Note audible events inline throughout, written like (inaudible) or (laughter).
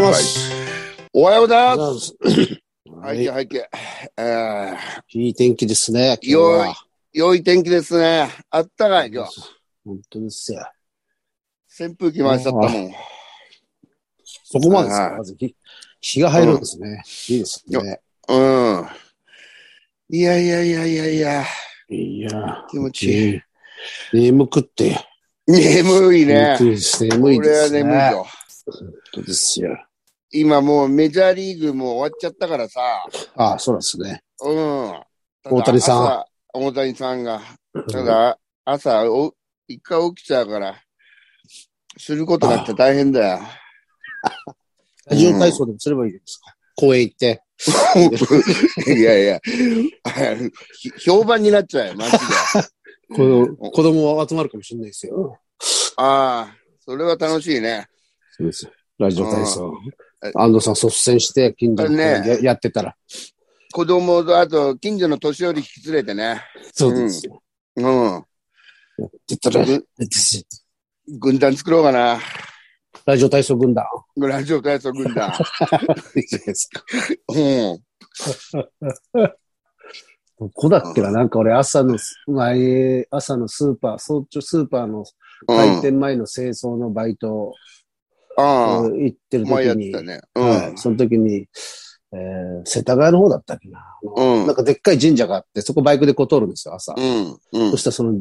ます。おはようございます。ははいい、はい、えー、いい天気ですね、今日は。良い天気ですね。あったかい、今日。本当ですよ。扇風機回しちゃったもん。そこまでですか、はいまず日日が入るんですね。いいですね。うん。いやいやいやいやいや、いや、気持ちいい。ね眠くって、眠いね。眠いですね。こ眠いれではすね。眠い本よ。当ですよ。今もうメジャーリーグも終わっちゃったからさ。ああ、そうなんですね。うん。大谷さんん。大谷さんが。ただ、朝お、一回起きちゃうから、することだって大変だよ。ラジオ体操でもすればいいですか、公園行って。 (laughs) いやいや、ひ評判になっちゃうよ、(laughs) マジで。この子供は集まるかもしれないですよ。ああ、それは楽しいね。そうですよ。ラジオ体操。安藤さん率先して、近所ねでやってたら。子供と、あと、近所の年寄り引き連れてね。そうですよ。うん。やってたら、ぐ軍団作ろうかな。ラジオ体操軍団。ラジオ体操軍 (laughs) 団。いいじゃないですか。うん。どこだっけななんか俺朝の、前、朝のスーパー、早朝スーパーの開うん。店前の清掃のバイト、ああ、行ってる前や時ってに、たね。うはい、その時に、えー、世田谷の方だったっけな、ん。なうんん。かでっかい神社があって、そこバイクでこう通るんですよ、朝。うん。うんそしたらその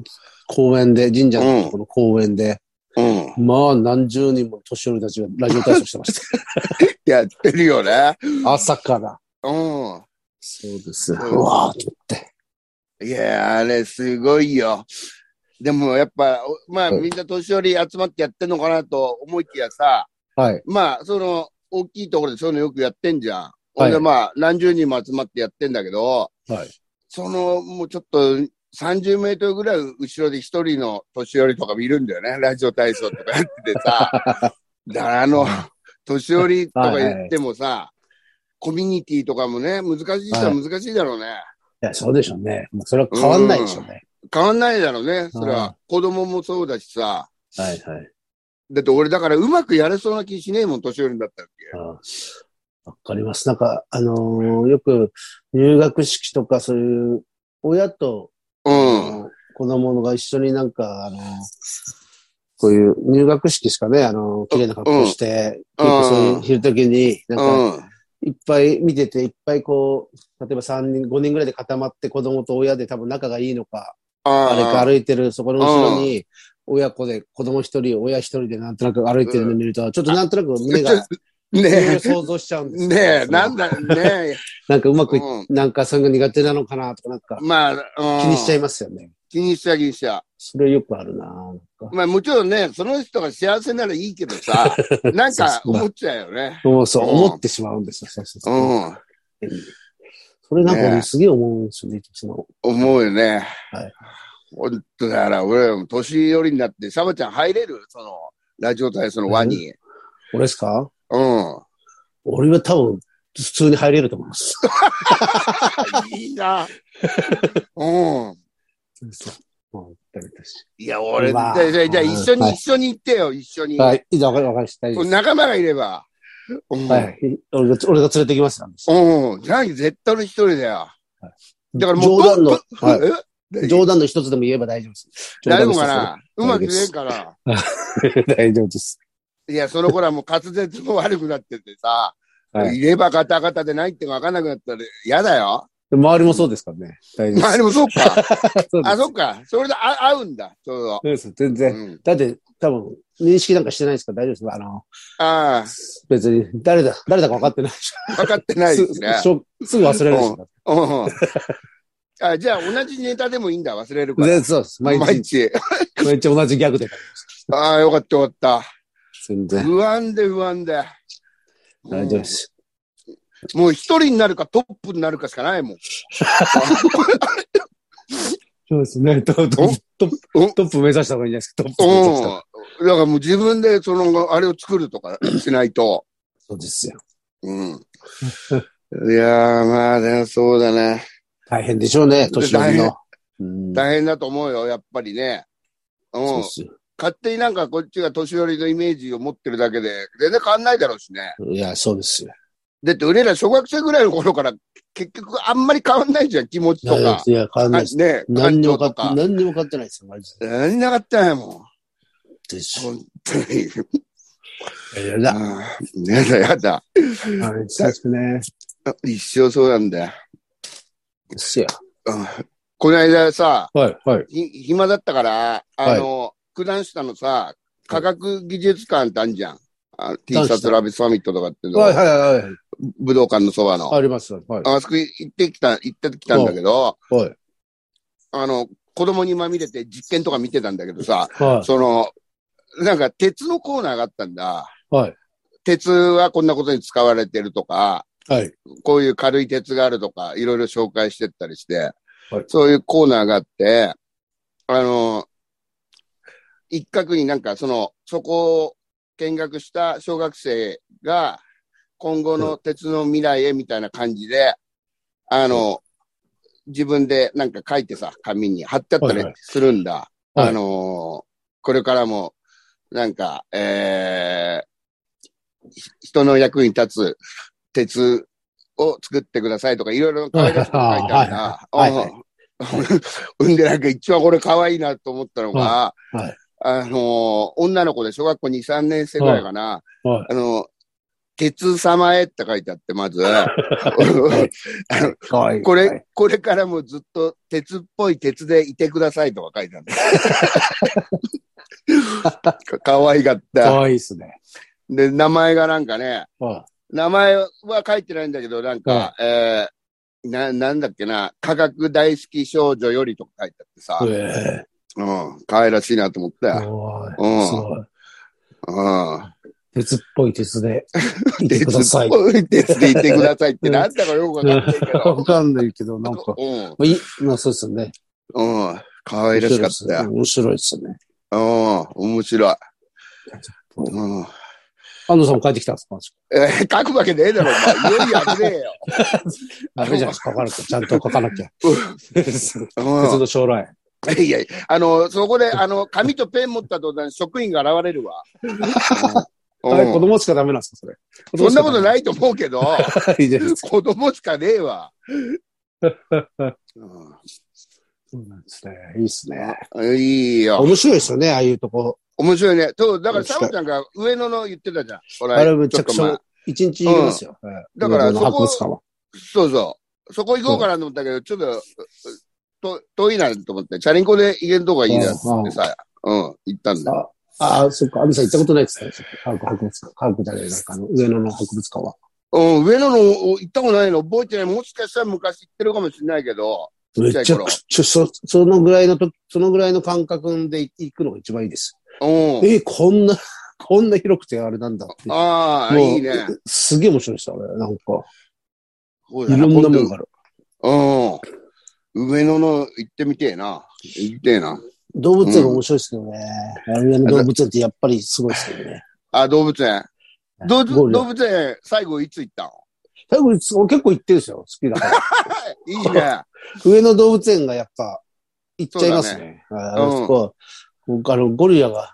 公園で、神社のとこの公園で、うん。まあ何十人もの年寄りたちがラジオ体操してました。やってるよね。 (laughs) 朝から。うん。そうです。うんわーと思って。いや、あれすごいよ。でもやっぱ、おまあうんみんな年寄り集まってやってんのかなと思いきやさ、はい。まあその大きいところでそういうのよくやってんじゃん。ほはんいでまあ何十人も集まってやってんだけど、はい。そのもうちょっと30メートルぐらい後ろで一人の年寄りとか見るんだよね。ラジオ体操とかやってて (laughs) さ。だからあの、年寄りとか言ってもさ、コミュニティとかもね、難しい人は難しいだろうね。いや、そうでしょうね。もうそれは変わんないでしょうね。変わんないだろうね。それうんは子供もそうだしさ。はいはい。だって俺だからうまくやれそうな気しねえもん、年寄りだったっけ。あわかります。なんか、あのーよく入学式とかそういう、親と、うん。あの子供が一緒になんか、あのーこういう入学式しかね、あのー綺麗な格好して、うん結構そういう、昼時に、なんか、うん。いっぱい見てて、いっぱいこう、例えば3人、5人ぐらいで固まって子供と親で多分仲がいいのか、あれかあ歩いてる、そこの後ろに、親子で、子供一人、親一人でなんとなく歩いてるの見ると、ちょっとなんとなく胸が、れいろい (laughs) ねろ想像しちゃうんですえ、よねえ、そのなんだ、ねえ。なんかうまくいっうんなんかそういうの苦手なのかなとか、なんかまあ、気にしちゃいいますよね。気にしちゃう気にしちゃそれよくあるななんかう。まあもちろんね、その人が幸せならいいけど (laughs) さ、なんか思っちゃうよね。もうそううん思ってしまうんですよ。そうそううそう。ん。それなんかねねすげえ思うんですよね、いつも。思うよね。はい。本当だから、俺も年寄りになって、サバちゃん入れるその、ラジオ体操の輪に。俺ですかうん。俺は多分、普通に入れると思います。い (laughs) いな。うん。うん大丈夫ですいや、俺、まあじゃあ、じゃあじゃあうん一緒に、はい一緒に行ってよ、一緒に。はい、いいわかりわかりました。大丈夫です仲間がいれば。うん。はい。俺が、俺が連れてきますなんです。うん。じゃあ、絶対の一人だよ。だからもう、冗談の、ぷはえい。冗談の一つでも言えば大丈夫です。大丈夫か冗なうまくねえから。談の一つで (laughs) 大丈夫です。いや、その頃はもう滑舌も悪くなっててさ、はい入れ歯ガタガタでないって分かんなくなったら嫌だよ。周りもそうですからね。大丈まあでもそっ (laughs) か。夫です。あ、そっか。それであ合うんだ、ちょうど。そうです。全う然。ん、だって、多分、認識なんかしてないですから大丈夫です。あの、あ別に、誰だ、誰だか分かってないし。あ、分かってないです (laughs) ね。すしょすぐ忘れるし。うん。あじゃあ、同じネタでもいいんだ、忘れるから。全然そうです。毎毎日、日。毎日同じギャグで。ああ、よかったよかっ全た。然。不安で不安で。大丈夫です。うんもう一人になるかトップになるかしかない (laughs) もん。そうですね。トップ、トッおプ、トップ目指した方がいいんじゃないですか。トップ目指した方がうん。だからもう自分で、その、あれを作るとかしないと。そうですよ。 (laughs) うん。いやー、まあ、ね、そうだね。大変でしょうね、年寄りの。うん大変だと思うよ、やっぱりね。うん。そうっすよ。勝手になんかこっちが年寄りのイメージを持ってるだけで、全然変わんないだろうしね。いや、そうですよ。だって俺ら小学生ぐらいの頃から結局あんまり変わんないじゃん、気持ちといやか。いや、変わんないです。ね、何感に情も変とわっかて、。何にも変わってないですよ、マジで。何なかったんやもん。でしょ本当に。 (laughs) いや、だ、ああやだやだ。あれですね。一生そうなんだよ。ですよ。うんこの間さ、はい、はい。ひ暇だったから、あの、九段下のさ、科学技術館ってあんじゃん。あ T シ下ャツラベサミットとかっていうの、はい、はい、はい。武道館のそばの。あります。はい。はい。あそこ行ってきた、行ってきたんだけど、あの、子供にまみれて実験とか見てたんだけどさ、はその、なんか鉄のコーナーがあったんだ。い。はい。鉄はこんなことに使われてるとか、はい。こういう軽い鉄があるとか、いろいろ紹介してったりして、はいそういうコーナーがあって、あの、一角になんかその、そこを見学した小学生が、今後の鉄の未来へみたいな感じで、あの、自分でなんか書いてさ、紙に貼ってあったはりいはいするんだ。はいあの、これからも、なんか、えーひ人の役に立つ鉄を作ってくださいとか、いろいろ可愛らしく書いてあるな。はいはいはいうんで、なんか一番これ可愛いなと思ったのが、いはいあのー女の子で小学校2、3年生ぐらいかな、はいあのー鉄様へって書いてあって、まず。あのかわいい。 (laughs) こはれい、、これからもずっと鉄っぽい鉄でいてくださいとか書いて (laughs) ある。か可愛かっかた。わいいですね。で、名前がなんかね、は名前は書いてないんだけど、なんか、えー、な、なんだっけな、科学大好き少女よりとか書いてあってさい。、えうん、可愛らしいなと思ったえ。よ。おい。うんすごい。うん。鉄っぽい (laughs) 鉄で、いてください。鉄っぽい鉄 (laughs) でいてくださいってなんだかよくわかんないけど。わかんないけど、 (laughs) なんか。うん、まあ、いい、まあ、そうですよね。うん、可愛らしかったよ。面白いですね。うん、面白い。うん安藤さんも帰ってきたんですかえー書くわけねえだろ、お前。いよいよ危ねえよ。あれじゃないですか、書かなきゃ。ちゃんと書かなきゃ。 (laughs) 鉄うの将来。ん、いやいや、あの、そこで、あの、紙とペン持った途端、職員が現れ (laughs) るわ。あれ、う子ん供しかダメなんですか、それ。。そんなことないいと思う (laughs) けど、いいです。子供しかねえわ。うそうなんですね。いいですね。ん、いいよ。面白いですよね、ああいうとこ。面白いね。そう、だか面ら、白サいムちゃんが上野の言ってたじゃん。これあれめちゃくちちょっと前ゃ、一日いりますよ。だから上野の博物館は。そうそう。そこ行こうかなと思ったけど、ちょっと、と遠いなと思って、チャリンコで行けんとこがいいなって言ってさ、うん、行ったんだ。ああー、そっか。安藤さん行ったことないですね。科学博物館。科学じゃない、なんかあの、上野の博物館は。うん、上野の行ったことないの覚えてない。もしかしたら昔行ってるかもしれないけど、めっちゃいちゃ頃くちゃ、そ、そのぐらいのと、そのぐらいの感覚で行くのが一番いいです。うん。えー、こんな、こんな広くてあれなんだって。ああ、もういいね。すげえ面白いでした、俺。なんか、そういだろんなも今の度がある。うん。上野の行ってみてえな。行ってえな。動物園も面白いですけどね。あれの動物園ってやっぱりすごいですけどね。あ、動物園。ゴ動ー物ル動物園、最後いつ行ったの最後に俺結構行ってるんですよ、好きだから。いいね。上野動物園がやっぱ、行っちゃいますそうね。ああそこは、僕あの、ゴリラが、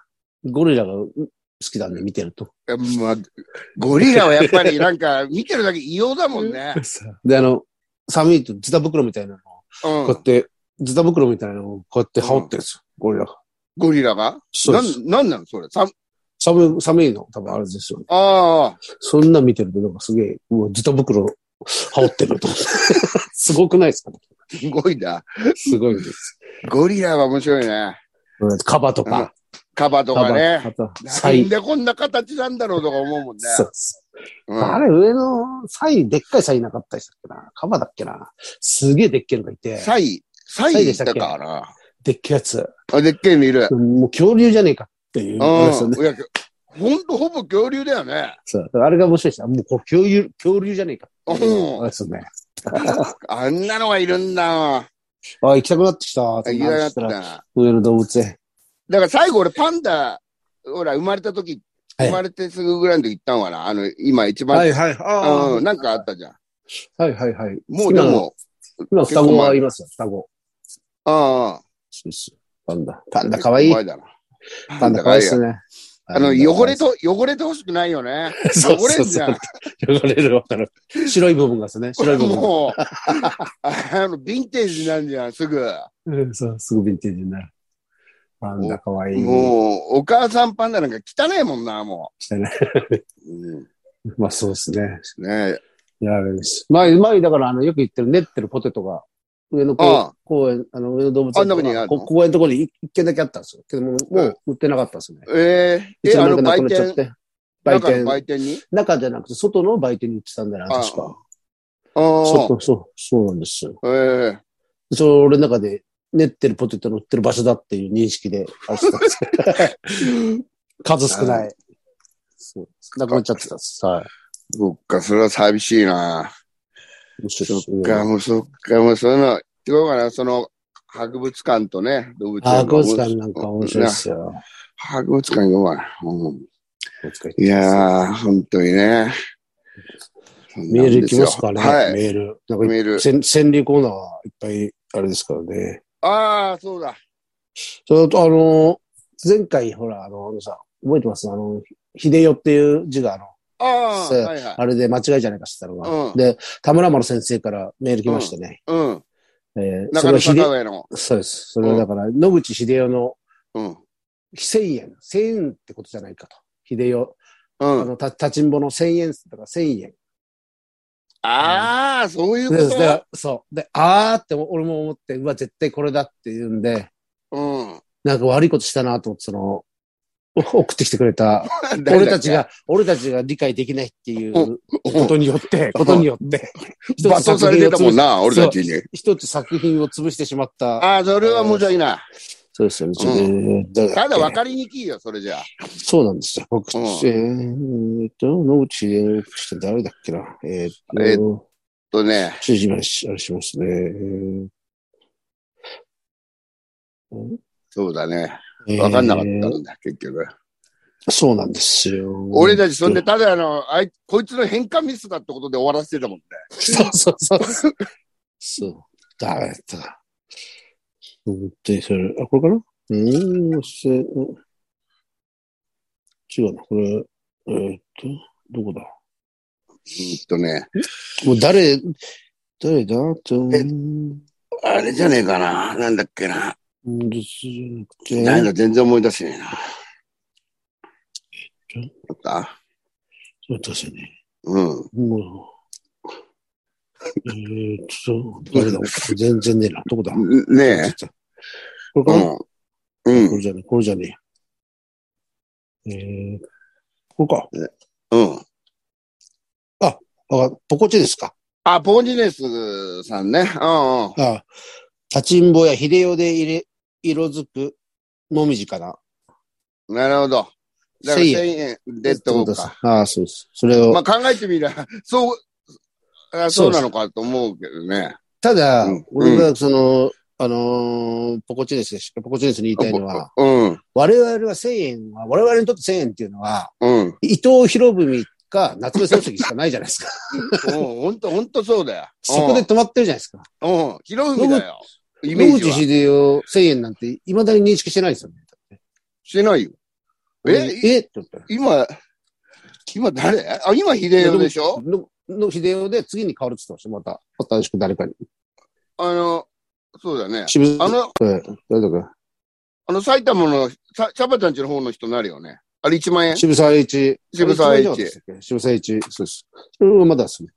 ゴリラがう好きなんで見てると。えまあ、ゴリラはやっぱ (laughs) りなんか見てるだけ異様だもんね。で、あの、寒いとズタ袋みたいなのを、うこうやっん。て、ズタ袋みたいなのをこうやって羽織ってるんですよ、ゴリラが。ゴリラがそうなです。ん、なんなのそれ。さ寒い、寒いの、多分あれですよね。ああ、そんなん見てると、なんかすげえ、もうズタ袋羽織ってると思って。 (laughs) すごくないですかすごいな。すごいです。ゴリラは面白いね。カバとか、カバとカかバね。とか、サなイん。でこんな形なんだろうとか思うもんね。そうそううんあれ、上のサイ、でっかいサイなかったでしたっけなカバだっけなすげえでっけえのがいて、サイ、ササイイででししたったけかな。でっけえやつ。あ、でっけえのいる。。もう恐竜じゃねえかっていううん話ですよね。いや、ほんとほぼ恐竜だよね。そうあれが面白いです。あもうこう恐竜、恐竜じゃねえかっていう。うんそうですね。あんなのがいるんだ。あ、行きたくなってきた。そんいなやが話っしたたな。ら、だ上の動物園。から最後俺パンダ、ほら、生まれた時、はい生まれてすぐぐらいの時行ったんかな。あの、今一番、いはい。あうん、なんかあったじゃん。あ。はいはいはい。もうでも、今、双子がいますよ、双子。ああ、そうですパンダ。パンダ可愛い前だな。パンダかわいいっすね。あの、汚れと、汚れてほしくないよね。 (laughs) そう汚それんうじそゃんう。。汚れるわかる。白い部分がですね、こ白いれ部分。もう、 (laughs) あの、ヴィンテージになんじゃん、すぐ。うん、そう、すぐヴィンテージになる。パンダかわいい。もう、お母さんパンダなんか汚いもんな、もしてね。う。うん、まあそうですね。ねいやあれです。前、前だから、あの、よく言ってる、練ってるポテトが、上のあ公あ公園、あの、上の動物園あんなとこにあとるか、のこ公園のところに一一軒だけあったんですよ。けども、もう売ってなかったですね。えー、いつえ、のあ間のにかな売くなっちゃっ店、て。売中の店。売店に中じゃなくて、外の売店に売ってたんだよな、確か。ああそう、そう、そうなんですよ。えー、それの中で、練ってるポテトの売ってる場所だっていう認識で、あれしてたんですよ数少ない。そう。なくなっちゃってたんです。はい。そっか、それは寂しいな。むしそろっか、もうそっか、もうそういうの、どうかな、その、博物館とね、動物園あ、のゴースカンなんか面白いですよ。博物館行こうかな。うんゴースカンいやー、本当にね。メール行きますかね、はい。メール。なんかメール。せん川柳コーナーはいっぱいあれですからね。ああ、そうだ。それと、あの、前回、ほら、あの、あのさ、覚えてますあの、秀代っていう字が、あの、ああ、そうはいはい。あれで間違いじゃないかって言ったのが。うんで、田村丸先生からメール来ましてね。うん。えー、それ中野は秀坂上の。そうです。それはだから、野口秀代のうん。 1000円。1000円ってことじゃないかと。秀代、うあん。の、た立ちんぼの1000円とか1000円。ああ、そういうこででと。そう。で、あーって俺も思って、うわ、絶対これだって言うんで、うん。なんか悪いことしたなと思って、その、お送ってきてくれた、誰だっけ俺たち。が、俺たちが理解できないっていうこうんとによって、ことによって、一罵つ倒さ作れて品をたも潰んしな、俺たちに。一つ作品を潰してしまった。ああ、それは申し訳ない。そうですよね。ちょっとねだからただ分かりにくいよ、それじゃあ。そうなんですよ。僕、うんえーっと、野口でよくして誰だっけな。ええーっと、とね、ちょっと今し、あれしますね。えーそうだね。えー分かんなかったんだ、結局。そうなんですよ。俺たち、そんで、ただあの、あい、こいつの変化ミスだってことで終わらせてたもんね。そうそうそう。そう。ダメだった。うんで、それ、あ、これかなうーん、せ、うん違うな、これ、えーっと、どこだうんとね、もう誰、誰だと、えうんあれじゃねえかな。なんだっけな。ですじゃなくて、なんだ、全然思い出せねえな。あったちょっと待ってくださいね。うん。もう、えーっと、誰だ全然ねえな、どこだねこれえ。かうな、ん。うんこ。れじゃねえ、これじゃねえ。えー、これか。うん。あ、ポコチですか。あ、ポンジネスさんね。うんうん。ああ立ちんぼや秀代で入れ色づくもみじかな。なるほど。だから1000 1000円でってことか。。ああ、そうです。それを。まあ考えてみりゃ、そう、あそうなのかと思うけどね。ただ、うん俺がその、あのーポコチネスでしポコチネスに言いたいのは、うん、我々は1000円は、我々にとって1000円っていうのは、う (laughs) ん。も伊藤博文か夏目漱石しかないじゃないです (laughs) か。うん、ほんと、ほんとそうだよ。そこで止まってるじゃないですか。うん、うん、ひろふみだよ。イメ野ージ口は秀代を1000円なんて未だに認識してないですよね。してないよ。え、えって言ったら今、今誰あ、今秀夫でしょのの秀代で次に変わるって言ってました。また、新しく誰かに。あの、そうだね。渋あの、ええ誰だか。あの、埼玉の、さ、ちゃばちゃんちの方の人になるよね。あれ1万円渋沢栄一。渋沢栄一あれ一番じゃなかったでしたっけ。渋沢栄一。そうです。それはまだですね。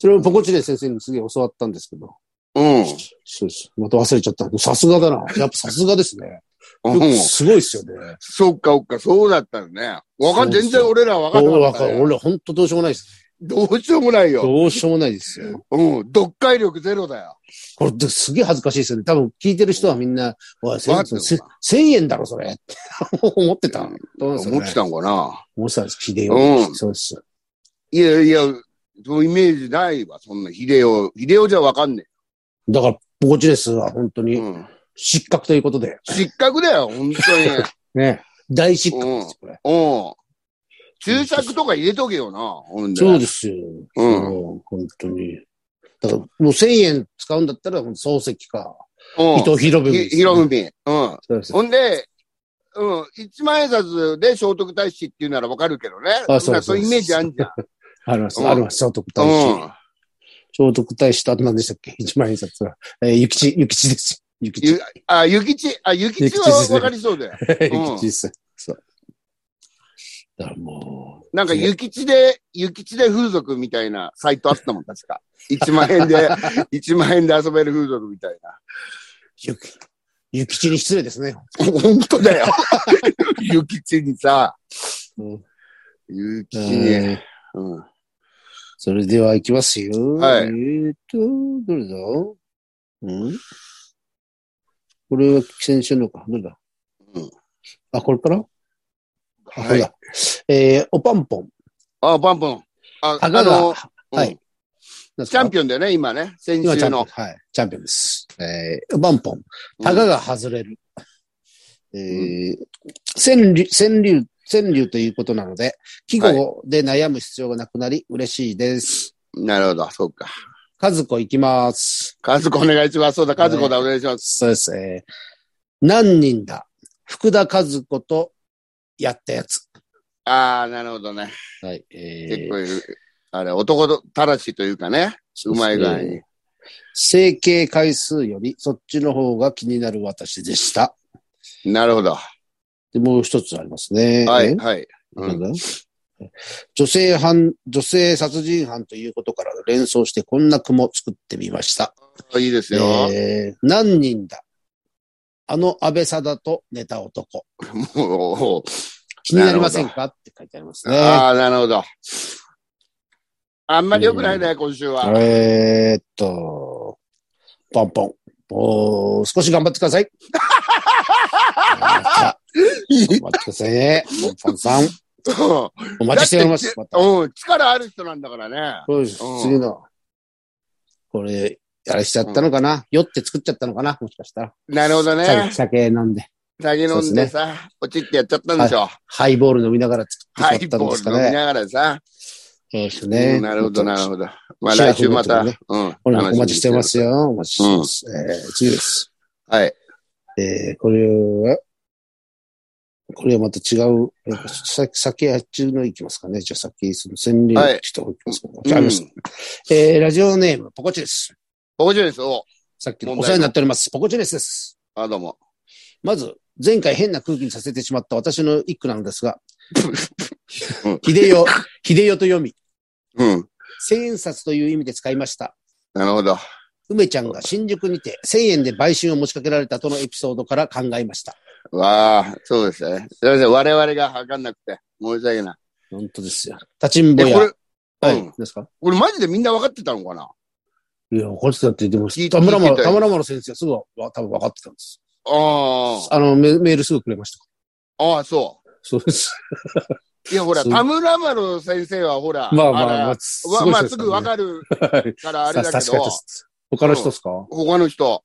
それをポコチで先生に次教わったんですけど。うん。そうです。また忘れちゃった。さすがだな。やっぱさすがですね。ようくん。すごいですよね。そっか、そっか、そうだったのね。わかん、そうそう全然俺らわかん俺なわかっかたね、る。俺、ほんとどうしようもないです。どうしようもないよ。どうしようもないですよ。うん。読解力ゼロだよ。これ、すげえ恥ずかしいですよね。多分聞いてる人はみんな、おい、千わかってる円せ千円だろ、それ。って思ってた。どうなんですか思ねってたんかな。思ってたんです。ひでよ。うんそうです。いやいや、そのイメージないわ、そんな、秀夫。秀夫じゃわかんねだから、ポコチですは本当え。にうん。失格ということで。失格だよ、 (laughs) 本ね。大失格です、これ。当に。うん。注釈とか入れとけよな、ほんで。そうですよ。う。うんうん。ん、本当に。だから、もう1000円使うんだったら、漱石か、伊藤博文ですね。ひひろふみ。うん。そうですほんで、うん、一万円札で聖徳太子っていうならわかるけどね。あそうなんかそうそういうイメージあんじゃん。あります、うんあります、聖徳太う子。ん。聖徳太子とあと何でしたっけ一万円札は。えー、ゆきち、ゆきちです。ゆきちゆ。あ、ゆきち、あ、ゆきち諭吉ですはねわかりそうだよ。ゆきちです。そう。だからもなんか、ゆきちで、ゆきちで風俗みたいなサイトあったもん、確か。1万 (laughs) 円で、1万円で遊べる風俗みたいな。う、ゆき、ゆきちに失礼ですね。本当 (laughs) だよ。ゆきちにさ、うんゆきちに。えーうん。それでは行きますよ。はえいーと、どれだうんこれは先週のか。どれだうんあ、これからあ、はいこれだ。えー、おパンポン。あ、バンポン。あ、あががの、はうんい。チャンピピオンだよね、今ね。先今チャンピ週オン。の。はい。チャンピオンです。えー、おパンポン。たかが外れる。えー、川柳、川柳、川柳ということなので、季語で悩む必要がなくなり、嬉しいです。うんなるほど、そうか。和子行きます。カズコお願いします。そうだ、カズコだ、お願いします。そうですね。何人だ福田和子とやったやつ。ああ、なるほどね。はい。え結ー構いる。あれ、男とたらしというかね。うまい具合に。整形回数より、そっちの方が気になる私でした。なるほど。で、もう一つありますね。はい、えはい。うんなんだ女性犯、女性殺人犯ということから連想してこんな句も作ってみました。いいですよ。えー、何人だあの安倍貞と寝た男。もう気になりませんかって書いてありますね。ああ、なるほど。あんまり良くないね、今週は。えーっと、ポンポン。おー少し頑張ってください。 (laughs) あー頑張ってくださいね。ポンポンさん。うお待ちしております。また。ん、力ある人なんだからね。そうですうん。次の。これ、あれしちゃったのかな酔って作っちゃったのかなもしかしたら。なるほどさね。酒飲んで。酒飲んでさ、ポチってやっちゃったんでしょ。ハイボール飲みながらハ作っイてしまったんボでーすかル飲みね。ながらさ。そうですね。なるほど、なるど。ほど。まあシェア来週また、フードとうん。お待ちしてま。すよ。お待ちしてます。えー次です。はい。えー、これは、これはまた違う、えーさ先あっちの行きますかね。じゃあ先、その千里はいの人行きますか。うじゃあ、あんりました。えー、ラジオネーム、ポコチです。面白いです。おさっきの問題お世話になっております。ポコチですです。あ、どうも。まず、前回変な空気にさせてしまった私の一句なのですがうん、秀 (laughs) よ、秀よと読み、うん。千円札という意味で使いました。なるほど。梅ちゃんが新宿にて1000円で売春を持ちかけられたとのエピソードから考えました。わあ、そうですね。すいません。我々がわかんなくて。申し訳ない。本当ですよ。立ちんぼで、や。これ、はい。うんですかこれマジでみんな分かってたのかないや、こいつだって、でも、聞い田村聞い丸、てたよ田村丸先生はすぐはわ多分分かってたんです。ああ。あのメ、メールすぐくれました。ああ、そそうです。う。いや、ほら、そう田村丸先生は、ほら、まああまあ、まらあ、すわまあ、すぐわる。かるはいから、あれさだ確けかに確か、どに。他の人ですか他の人、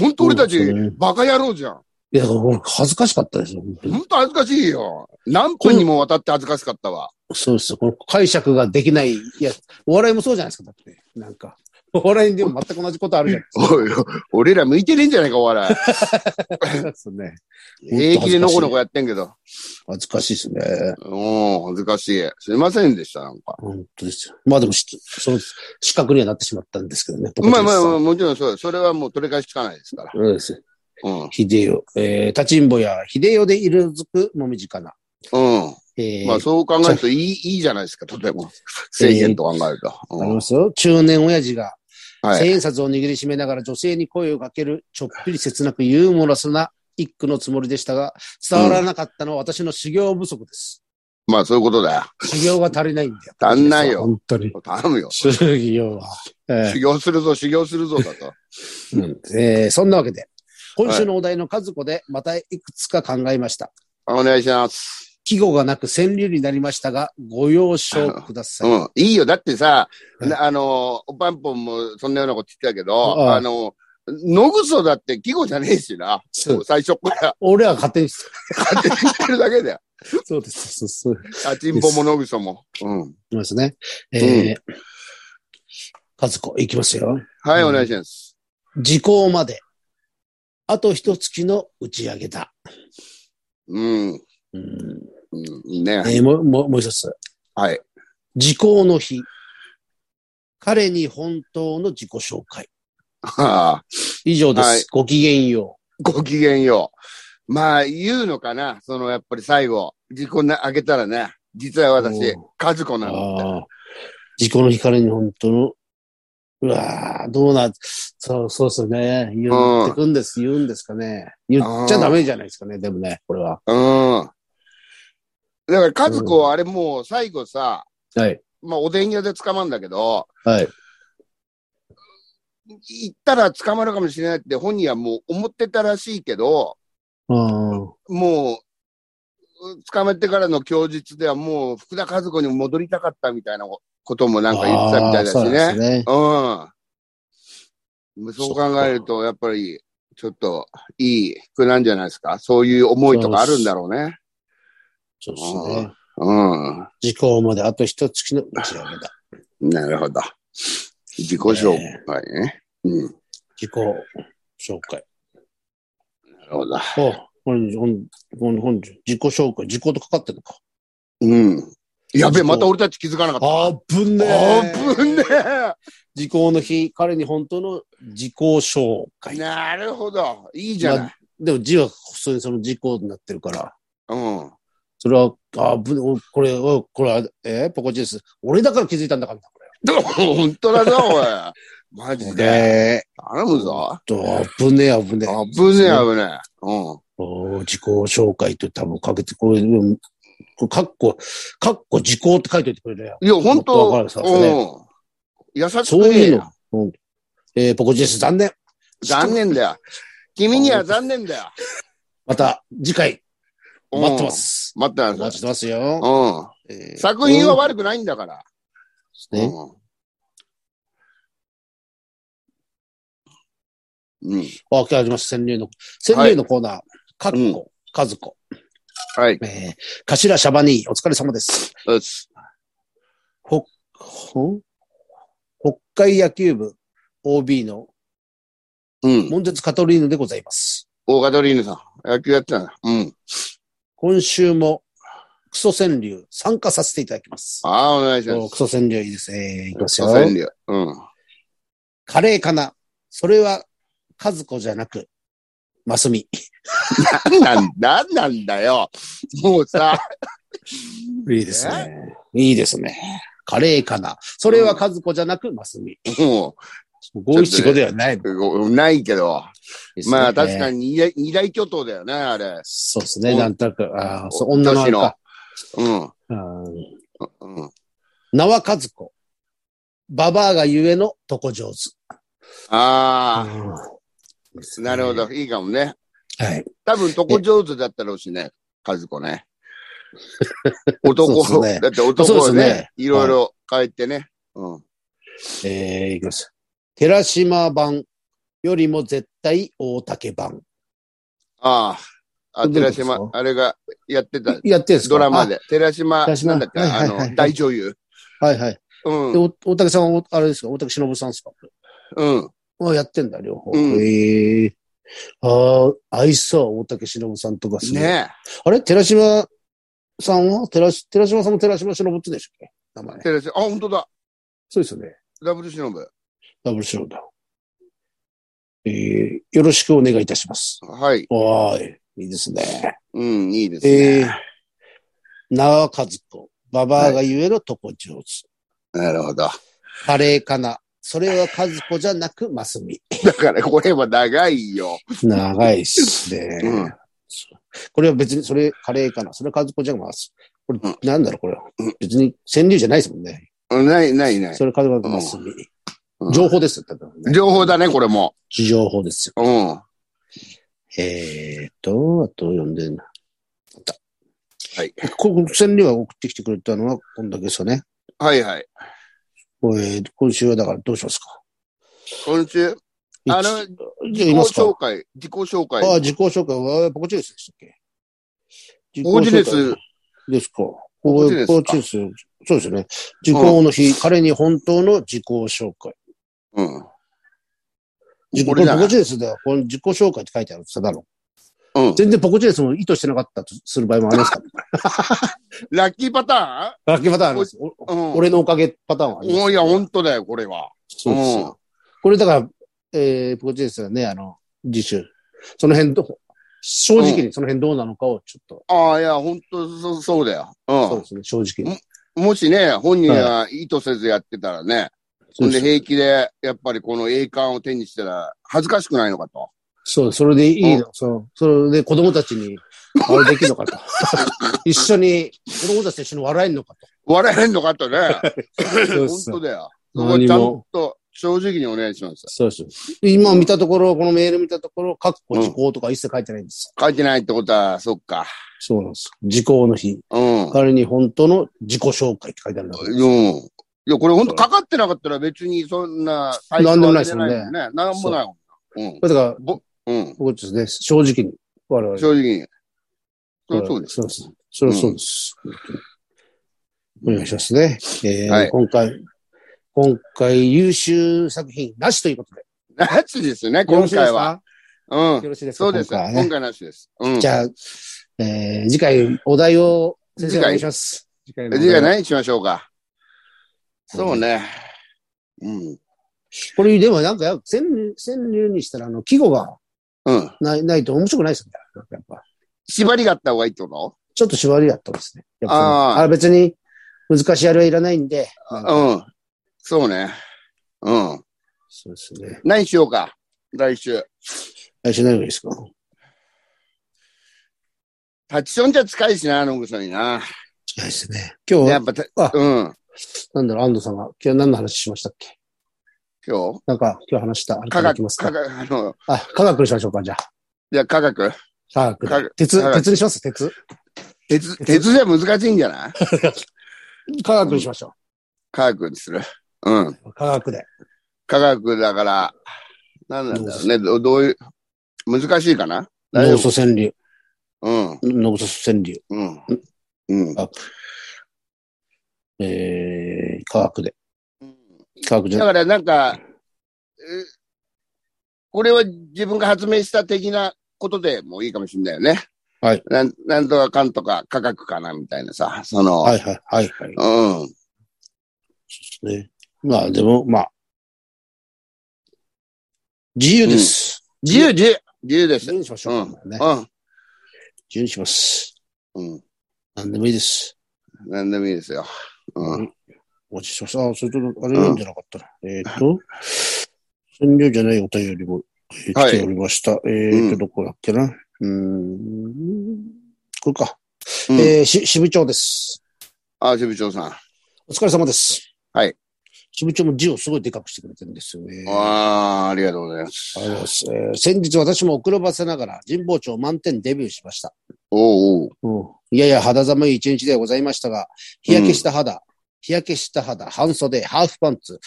本当俺たちそうですね、バカ野郎じゃん。いや、俺恥ずかしかったですよ。本当に本当恥ずかしいよ。何分にもわたって恥ずかしかったわ。そうですよ。この解釈ができない。いや、お笑いもそうじゃないですか。だって、なんか。お笑いでも全く同じことある (laughs) じゃないですか。おい、俺ら向いてねえんじゃないか、お笑い。そうですね。平気でのこのこやってんけど。恥ずかしいですね。うん、恥ずかしい。すいませんでした、なんか。本当ですよ。まあでもし、その、資格にはなってしまったんですけどね。まあまあまあ、あ。もちろんそう。それはもう取り返しつかないですから。そうです。うん。秀よ。えー、立ちんぼや秀よで色づくもみじかな。うえー、ん。まあ、そう考えるといい、いいじゃないですか、とても。制限と考えると。あうりんますよ。中年親父が、は千い。円札を握りしめながら女性に声をかける、ちょっぴり切なくユーモラスな一句のつもりでしたが、伝わらなかったのは私の修行不足です。まあ、そういうことだよ。修行が足りないんだよ。足んないよ本当に。頼むよ。修行は。えー修行するぞ、修行するぞだと。 (laughs) うんえーそんなわけで、今週のお題の数子でまたいくつか考えました。お願いします。季語がなく川柳になりましたが、ご了承ください。うん。いいよ。だってさ、はいなあの、おパンポンもそんなようなこと言ってたけど、あああの、野ぐそだって季語じゃねえしな。そう最初から (laughs) 俺は勝手に、そ勝手に言ってるだけだよ。うです、そうそうそう立ちんぼも野ぐそも。うん。いますね。えー、数子、いきますよ。はい、うんお願いします。時効まで、あと一月の打ち上げだ。うん。うんうんいいね。えーもう、もう、もう一つ。はい。時効の日。彼に本当の自己紹介。はあ (laughs) 以上です。はいごきげんよごきげんよう。まあ、言うのかなその、やっぱり最後。自己な、あげたらね。実は私おう、和子う。なの。ああ。時効の日、彼に本当の、うわーどうな、そう、そうですよね。言ってくんです、言うんですかね。言っちゃダメじゃないですかね、でもね、これは。うん。だから、和子はあれもう、最後さ、はい。まあ、おでん屋で捕まるんだけど、はい。行ったら捕まるかもしれないって本人はもう思ってたらしいけど、うん。もう、う捕まってからの供述ではもう、福田和子に戻りたかったみたいなこともなんか言ってたみたいああだそしうなんねで。すね。うん。そう考えると、やっぱり、ちょっと、いい句なんじゃないですか。そういう思いとかあるんだろうね。そうですね。うん。時効まであと一月の打ち上げだ。なるほど。自己紹介ね。うん。時効紹介。なるほど。お本日、本本本日、自己紹介、時効とかかってんのか。うん。やべえ、また俺たち気づかなかった。あぶねあぶね時効の日、彼に本当の時効紹え介。なるほど。いいじゃない。でも字は普通にその時効になってるから。うん。それは、あぶね、おこれ、おこれは、えー、ポコチです。俺だから気づいたんだからな、これ。でも、本当だ (laughs) ぞ、おい。マジで。で、頼むぞ。と、あぶねえ、あぶねえ。危ねえ、危ねえ。うん。お自己紹介と多分かけて、これ、うんこれかっこ、かっこ時効って書いといてくれるよ。いや、本当もっと分かるんうん。優しくねそういうの。うん、えー、ポコチです。残念。残念だよ。君には残念だよ。また次回、うん待ってま。す。待っておま待ちす。してますよ。うえーん。作品はうん悪くないんだから。ねうん。うん。あ、今日ありました。川柳の、川柳のコーナー、かっこ、かずこ、はい。えー、頭シャバニー、お疲れ様です。うっすほん北海野球部 OB のうん。モンテツカトリーヌでございます。大ガトリーヌさん。野球やってたんだ。うん。今週も、クソ川柳、参加させていただきます。ああ、お願いしまおす。クソ川柳いいですね。いきますよ。川柳。うん。カレーかなそれは、和子じゃなく、マスミ。なんなんなんだよ。もうさ、いいですね。いいですね。カレーかなそれは和子じゃなく、マスミ。も五七五ではないでうご、ないけど。すね。まあ確かに。に二大二大巨頭だよね、あれ。そうですね。なんとなく、ああ、そう、お女の子か。うん。うんうん。名は和子。ババアがゆえのとこ上手。あうんあ、なるほ。ど。いいかもね。はい。多分、とこ上手だったろうしね、和子ね。 (laughs) 男、そうですねだって男そをうねですねいろいろ変えてね。うん。えー、いきます。寺島版よりも絶対大竹版。ああ、あどういうこ寺とですか島、あれがやってた。やってるんですかドラマあで。寺島、寺島なんだっけ、はいはいはいあの、大女優。はいはい。うんで、。お大竹さんは、おあれですか大竹しのぶさんですかうん。あやってんだ、両方。うんへえ。ああ、合いそう、大竹しのぶさんとかすごいねあれ寺島さんは寺し寺島さんも寺島しのぶってでしょ名前え。。寺島、あ、本当だ。そうですよね。ダブルシノブ。ダブルシロだ。えー、よろしくお願いいたします。はい。おーい。いいですね。うん、いいですえーね。、長和子、ババアがゆえのとこ上手、なるほど。カレーかな。それは和子じゃなく、マスミ。だから、これは長いよ。長いっすね。うんこれは別に、それ、カレーかな。それは和子じゃなく、マスミ。こうんれ、なんだろう、これはうん。別に、川柳じゃないですもんね。うんない、ない、ないそ。れは和子じゃなく、マスミ。うん情報ですよ、多分ね。情報だね、これも。情報ですよ。うん。えーっと、あと読んでんな。あったはい。ここ、川柳が送ってきてくれたのは、こんだけですよね。はいはい。えー今週はだから、どうしますか今週、あの一じゃあ、います自己か紹介、自己紹介。ああ、自己紹介は、ポコチレスでしたっけポコチレス自己紹介ですか。コチレスかポコチレス。そうですよね。時効の日、彼に本当の自己紹介。うん。自己これだポコチレスでは、この自己紹介って書いてあるって言ってただろ。うん。全然ポコチンその意図してなかったとする場合もありますかラッキーパタら。ラッキーパタ (laughs) ーンあります。おーンうん。俺のおかげパターンはあります。おいや、本当だよ、これは。そうですよ。これだから、えー、ポコチンスはね、あの、自主。その辺どう、正直にその辺どうなのかをちょっと、ああ、いや、本当そ、そうだよ。そううですね、正直に。ん。もしね、本人が意図せずやってたらね、そそんうでです平気で、やっぱりこの栄冠を手にしたら、恥ずかしくないのかと。そう、それでいいの。そう、それで子供たちに、あれできるのか (laughs) と。一緒に、子供たちと一緒に笑えんのかと。笑えへんのかとね。そうっ本す当だよ。そこは何ちゃんも。と正直にお願いします。そうです。今見たところ、このメール見たところ、かっこ時効とか一切書いてないんです。書いてないってことは、そっか。そうなんです。時効の日。うん。彼に本当の自己紹介って書いてあるんだうん。いや、これ本当かかってなかったら別にそんな、なんでもないですもんねね。なんもないもんね。だから、うん。うん。僕ですね、正直に。我々。正直に。そりゃそうです。す。そうです。それはそうです。お願いしますね。えーはい今回、今回優秀作品なしということで。なしですね、 (laughs) よ今ろしいです回かは。うん。よろしいですかそうです。今回今回はねなしです。うん。じじゃゃあ、えー次回お題を先生お次回願いします。次回あお題を次回何にしましょうか。そうね。うん。これ、でもなんか、川柳、川柳にしたら、あの、季語がうん。ない、ないと面白くないですね。やっぱ。縛りがあった方がいいってこちょっと縛りだったんですね。やっぱあーあ別に、難しいあれはいらないんで。とうん。そうね。うん。そうですね。何しようか。来週。来週何がいいですかタッチションじゃ近いしな、野口さんにな。近いですね。今日やはっ、ぱたあ、うん。なんだろう、安藤さんが、今日何の話しましたっけ今日なんか、今日話した、あれから科い学きま、す科か学、あの、あ、科学にしましょうか、じゃあ。じゃ科学科学科学。鉄科、学鉄にします鉄。鉄、鉄じゃ難しいんじゃない科学にしましょ科学にする。うん。う。科学で。科学だから、なんなんだろうね。どどういう、難しいかな大丈脳夫素川柳。うん。脳素川柳。うん。うん。えー、科学で。科学じだゃ、からなんか、えこれは自分が発明した的なことでもいいかもしれないよね。はい。なん、なんとかかんとか科学かなみたいなさ、その、はいはいはいはい。うん。ね。まあでも、まあ。自由です。自由、自由、自由です自。由にしましょう。うんね、うん。自由にします。うん。何でもいいです。なんでもいいですよ。うん。お待ちしてます。あ、それと、あれ読んじゃなかったな。えっ、ー、と、占領じゃないお便りも、えーはい来ておりました。えー、うと、んどこだっけな。うーん。これか。うんえー、し、支部長です。あ、支部長さん。お疲れ様です。はい。支部長も字をすごいでかくしてくれてるんですよね。ああ、ありがとうございます。ありがとうございます。えー先日私も遅ればせながら神保町満点デビューしました。おうおう。いやいや肌寒い一日ではございましたが、日焼けした肌、日焼けした肌、半袖、ハーフパンツ、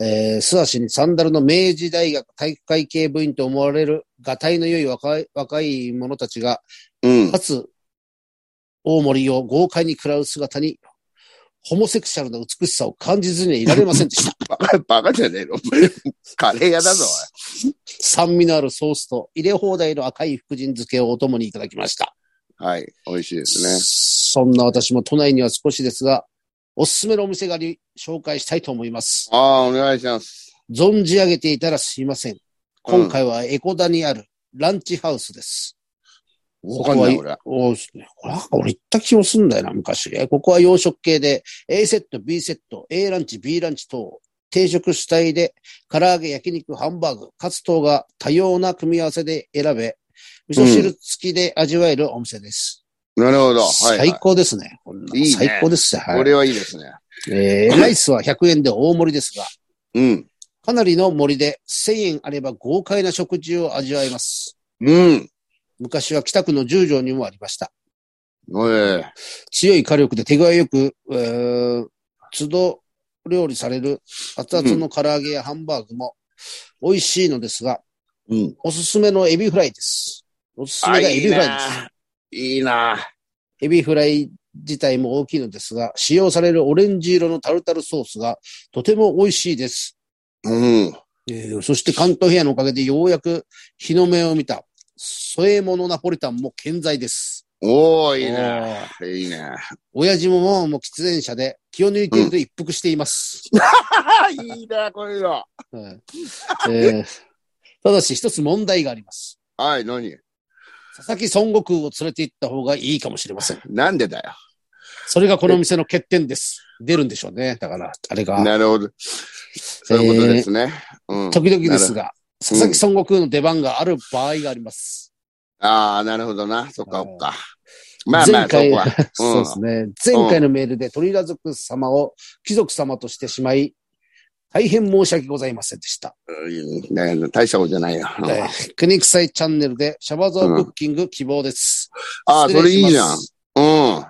えー素足にサンダルの明治大学体育会系部員と思われる、がたいの良い若い、若い者たちが、うんか。つ、大森を豪快に食らう姿に、ホモセクシャルな美しさを感じずにはいられませんで (laughs) した。バカ、バカじゃねえの。 (laughs) カレー屋だぞ、酸味のあるソースと入れ放題の赤い福神漬けをお供にいただきました。おい。はい。美味しいですね。そんな私も都内には少しですが、おすすめのお店があり、紹介したいと思います。ああ、お願いします。存じ上げていたらすいません。うん今回はエコダにあるランチハウスです。わかんない、ここ俺は。おうこれなんか俺行った気もすんだよな、昔。えここは洋食系で、A セット、B セット、A ランチ、B ランチ等、定食主体で、唐揚げ、焼肉、ハンバーグ、カツ等が多様な組み合わせで選べ、味噌汁付きで味わえるお店です。なるほど。はい、はい最。高ですね。こんなのいいね最高ですよ。はいこれはいいですね。えーライスは100円で大盛りですが、うん。かなりの盛りで1000円あれば豪快な食事を味わえます。うん。昔は北区の十条にもありました。おい。強い火力で手際よく、えー、都度料理される熱々の唐揚げやハンバーグも美味しいのですが、うん。おすすめのエビフライです。おすすあめがエいいビフライです。いいなエビフライ自体も大きいのですが、使用されるオレンジ色のタルタルソースがとても美味しいです。うん。えーそして関東平野のおかげでようやく日の目を見た添え物ナポリタンも健在です。おー、いいおね。ーいいね。親父ももうもう喫煙者で気を抜いていると一服しています。いいな、こういうの。 (laughs) はいえーただし一つ問題があります。はい、何佐々木孫悟空を連れて行った方がいいかもしれません。なんでだよ。それがこの店の欠点です。出るんでしょうね。だから、あれが。なるほど。そういうことですね。うん。時々ですが、佐る々木孫悟空の出番がある場合があります。ああ、なるほどな。そっはか、そいっか。まあまあ、前そこ回は。そうですね。前回のメールで鳥ラ族様を貴族様としてしまい、大変申し訳ございませんでした。うんだけど大したことじゃないよ。うんえー国臭いチャンネルでシャバゾークッキング希望です。ああ、それいいじゃん。行うん。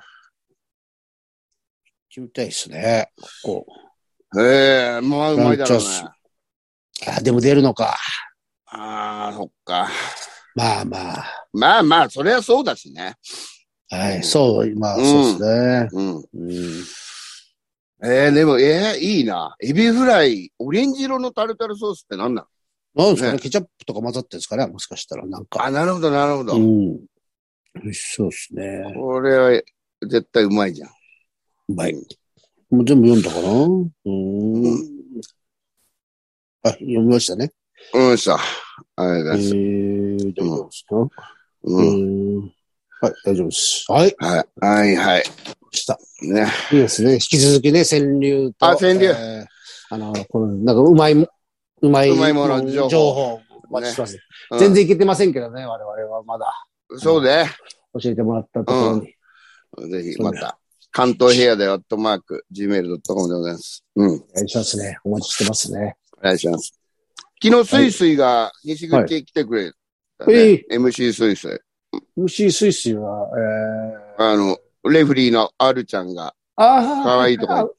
きたいですね。ここ。ええまあ、うまいだラろうねンチ。あ、でも出るのか。ああ、そっか。まあまあ。まあまあ、そりゃそうだしね。はい、そう、まあ、うんそうでうん。すね。うん。ええでも、ええいいな。エビフライ、オレンジ色のタルタルソースってなんなんなんですかね、ねケチャップとか混ざってるんですかね、もしかしたらなんか。あ、なるほど、なるほうど。ん。美味しそうですね。これは、絶対うまいじゃん。うまい。もう全部読んだかなうーん。あ、読みましたね。うん、した。あれえだ。ー、大丈夫ですかううん。ーん。はい、大丈夫です。はい、はい、はい、はい。した。ね。いいですね。引き続きね、川柳と。あ川柳えーあの、この、なんか、うまいも、うまい、うまいもの情報をお待ちしてます。うん全然いけてませんけどね、我々はまだ。そうね。教えてもらったところに。ぜひ、また。関東平野でアットマーク、gmail.com でございます。うん。お願いしますね。お待ちしてますね。お願いします。昨日、スイスイが西口来てくれた、ねはい MC スイスイ。虫スイスイは、えー、あの、レフリーの R ちゃんが、ああ、可愛いとこ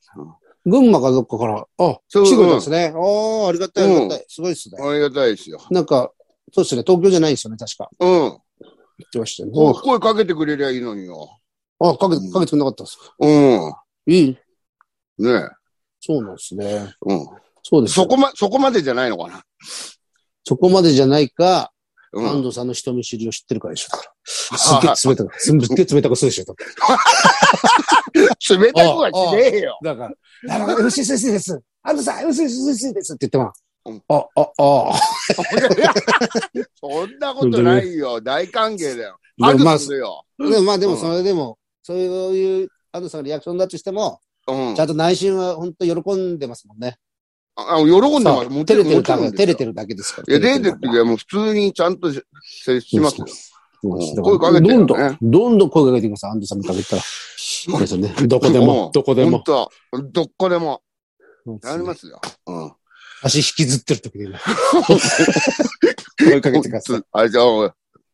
群馬かどっかから、あ、そう来てくれたんですね。ああ、ありがたい、ありがたい。すごいですね。ありがたいですよ。なんか、そうですね、東京じゃないんですよね、確か。うん。言ってましたよね。お声かけてくれりゃいいのによ。あ、かけ、かけてくれなかったんですか。うん。いい。ねえ。そうなんですね。うん。そうですよ。そこま、そこまでじゃないのかな。そこまでじゃないか、う安ん。藤さんの人見知りを知ってるからでしょ。だからすっげえあ冷たく、すっげえ冷たくするでしょ。冷たくはしねえよ。だから、あの、MC 先生です。あのさ、MC 先生ですって言ってまうんあ、あ、あ、あ。 (laughs) そんなことないよ。大歓迎だよ。いやハまあグするよ。でもまあでも、それでも、そういう、安藤さんのリアクションだとしても、うんちゃ。んと内心は本当喜んでますもんね。あ、喜んでまそす。うもち照ろれんてるだけ、もちろんです照よれてるだけですから。いや、デー照テっれてるだいうかもう普通にちゃんとし接しますよ。けうんだから声かけてどよねんどん、どんどん声かけてください。アンドさんにかけたら。そうですよね。 (laughs) どこでうもん、どこで本も。当どっこでも。やそりうですまねすよ。うん。足引きずってる時に。声かけてくだ (laughs) さい。あれじゃあ、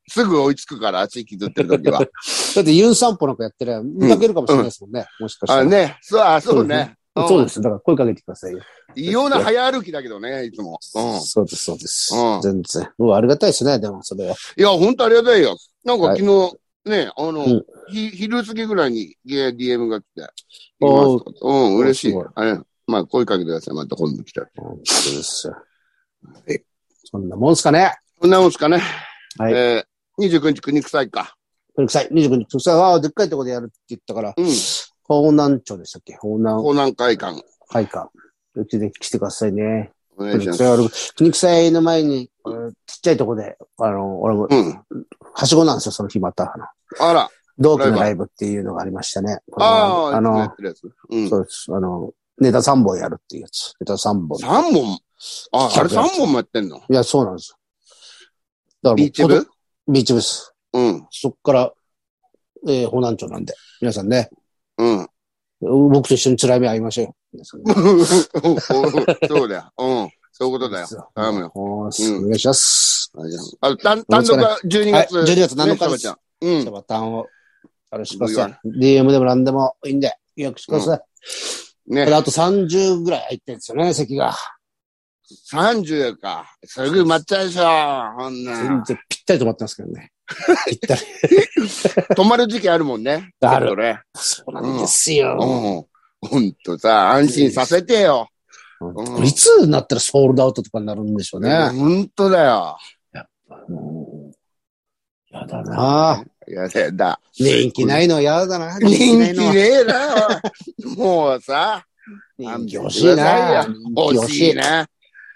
すぐ追いつくから、足引きずってる時 (laughs) は。だって、ユン散歩なんかやってりゃ、見かけるかもしれないですもんね。もしかしたあら。ね、そう、あ、そうね。そうです。だから声かけてくださいよ。うん。異様な早歩きだけどね、いつも。うん。そうです、そうです。うん全然。うわありがたいですね、でも、それは。いや、本当ありがたいよ。なんか昨日、ね、あの、うんひ昼過ぎぐらいにいや DM が来て。おーいますとうん、嬉しすいごい。あれ、まあ、声かけてください。また今度来たら。そうですよい。そんなもんすかね。こんなもんすかね。はいえー、29日、国臭いか。とにかくさい、29日、さあ、でっかいとこでやるって言ったから、うん。法南町でしたっけ法南高南会館。会館。うちで来てくださいね。お願い国します。際国際の前に、えーちっちゃいとこで、あの、俺も、うん。はしごなんですよ、その日また。あのあら。同期のライブっていうのがありましたね。ああ、あやのっ、てるやつ。うん。そうです。あの、ネタ3本やるっていうやつ。ネタ3本。 3本あ、あれ3本もやってんのいや、そうなんですよ。だからもうビーチ部ビーチ部です。うん。そっから、えー、保南町なんで。皆さんね、うん。 (laughs) 僕と一緒に辛い目会いましょうよ。皆さんねそうだよ。うん。 (laughs) そういうことだよ。頼むよ。お願いします。あの、単単独は12はい、月。 12月7日ねでシャバちすゃ。ん。うんシャ。バタンを、よろしくく僕だはさい。DM でも何でもいいんで、予約してください。これね。あと30ぐらい入ってるんですよね、席が。 30か。すぐ埋まっちゃうでしょ。ほんな全ん。然ぴったり止まってますけど (laughs) ね。ぴったり。止まる時期あるもんね。あるちょっとね。そうなんですよ。うん。ほんとさ、安心させてよ。うんうんいつになったらソールドアウトとかになるんでしょうね。ほんとだよ。うんやだなやだやだ。人気ないのやだな。人ない気のはねえな。もうさ、人気欲しいな。人気欲欲ししいいな。な。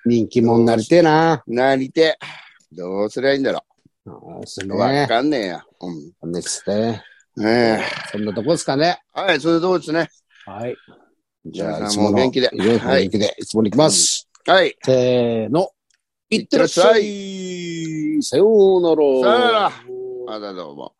人気者になりてえな。なりて。どうすりゃいいんだろそうですう。わね。かんねえや。うん。そうですね。ねそんなとこですかね。え。はい、それどうですね。はい。じじゃゃあ、あ、いつももうの元気で。いつものは元い。気で、いつもに行きます。はい。せーの。いってらっしゃい。さようなら。さようならまだどうも。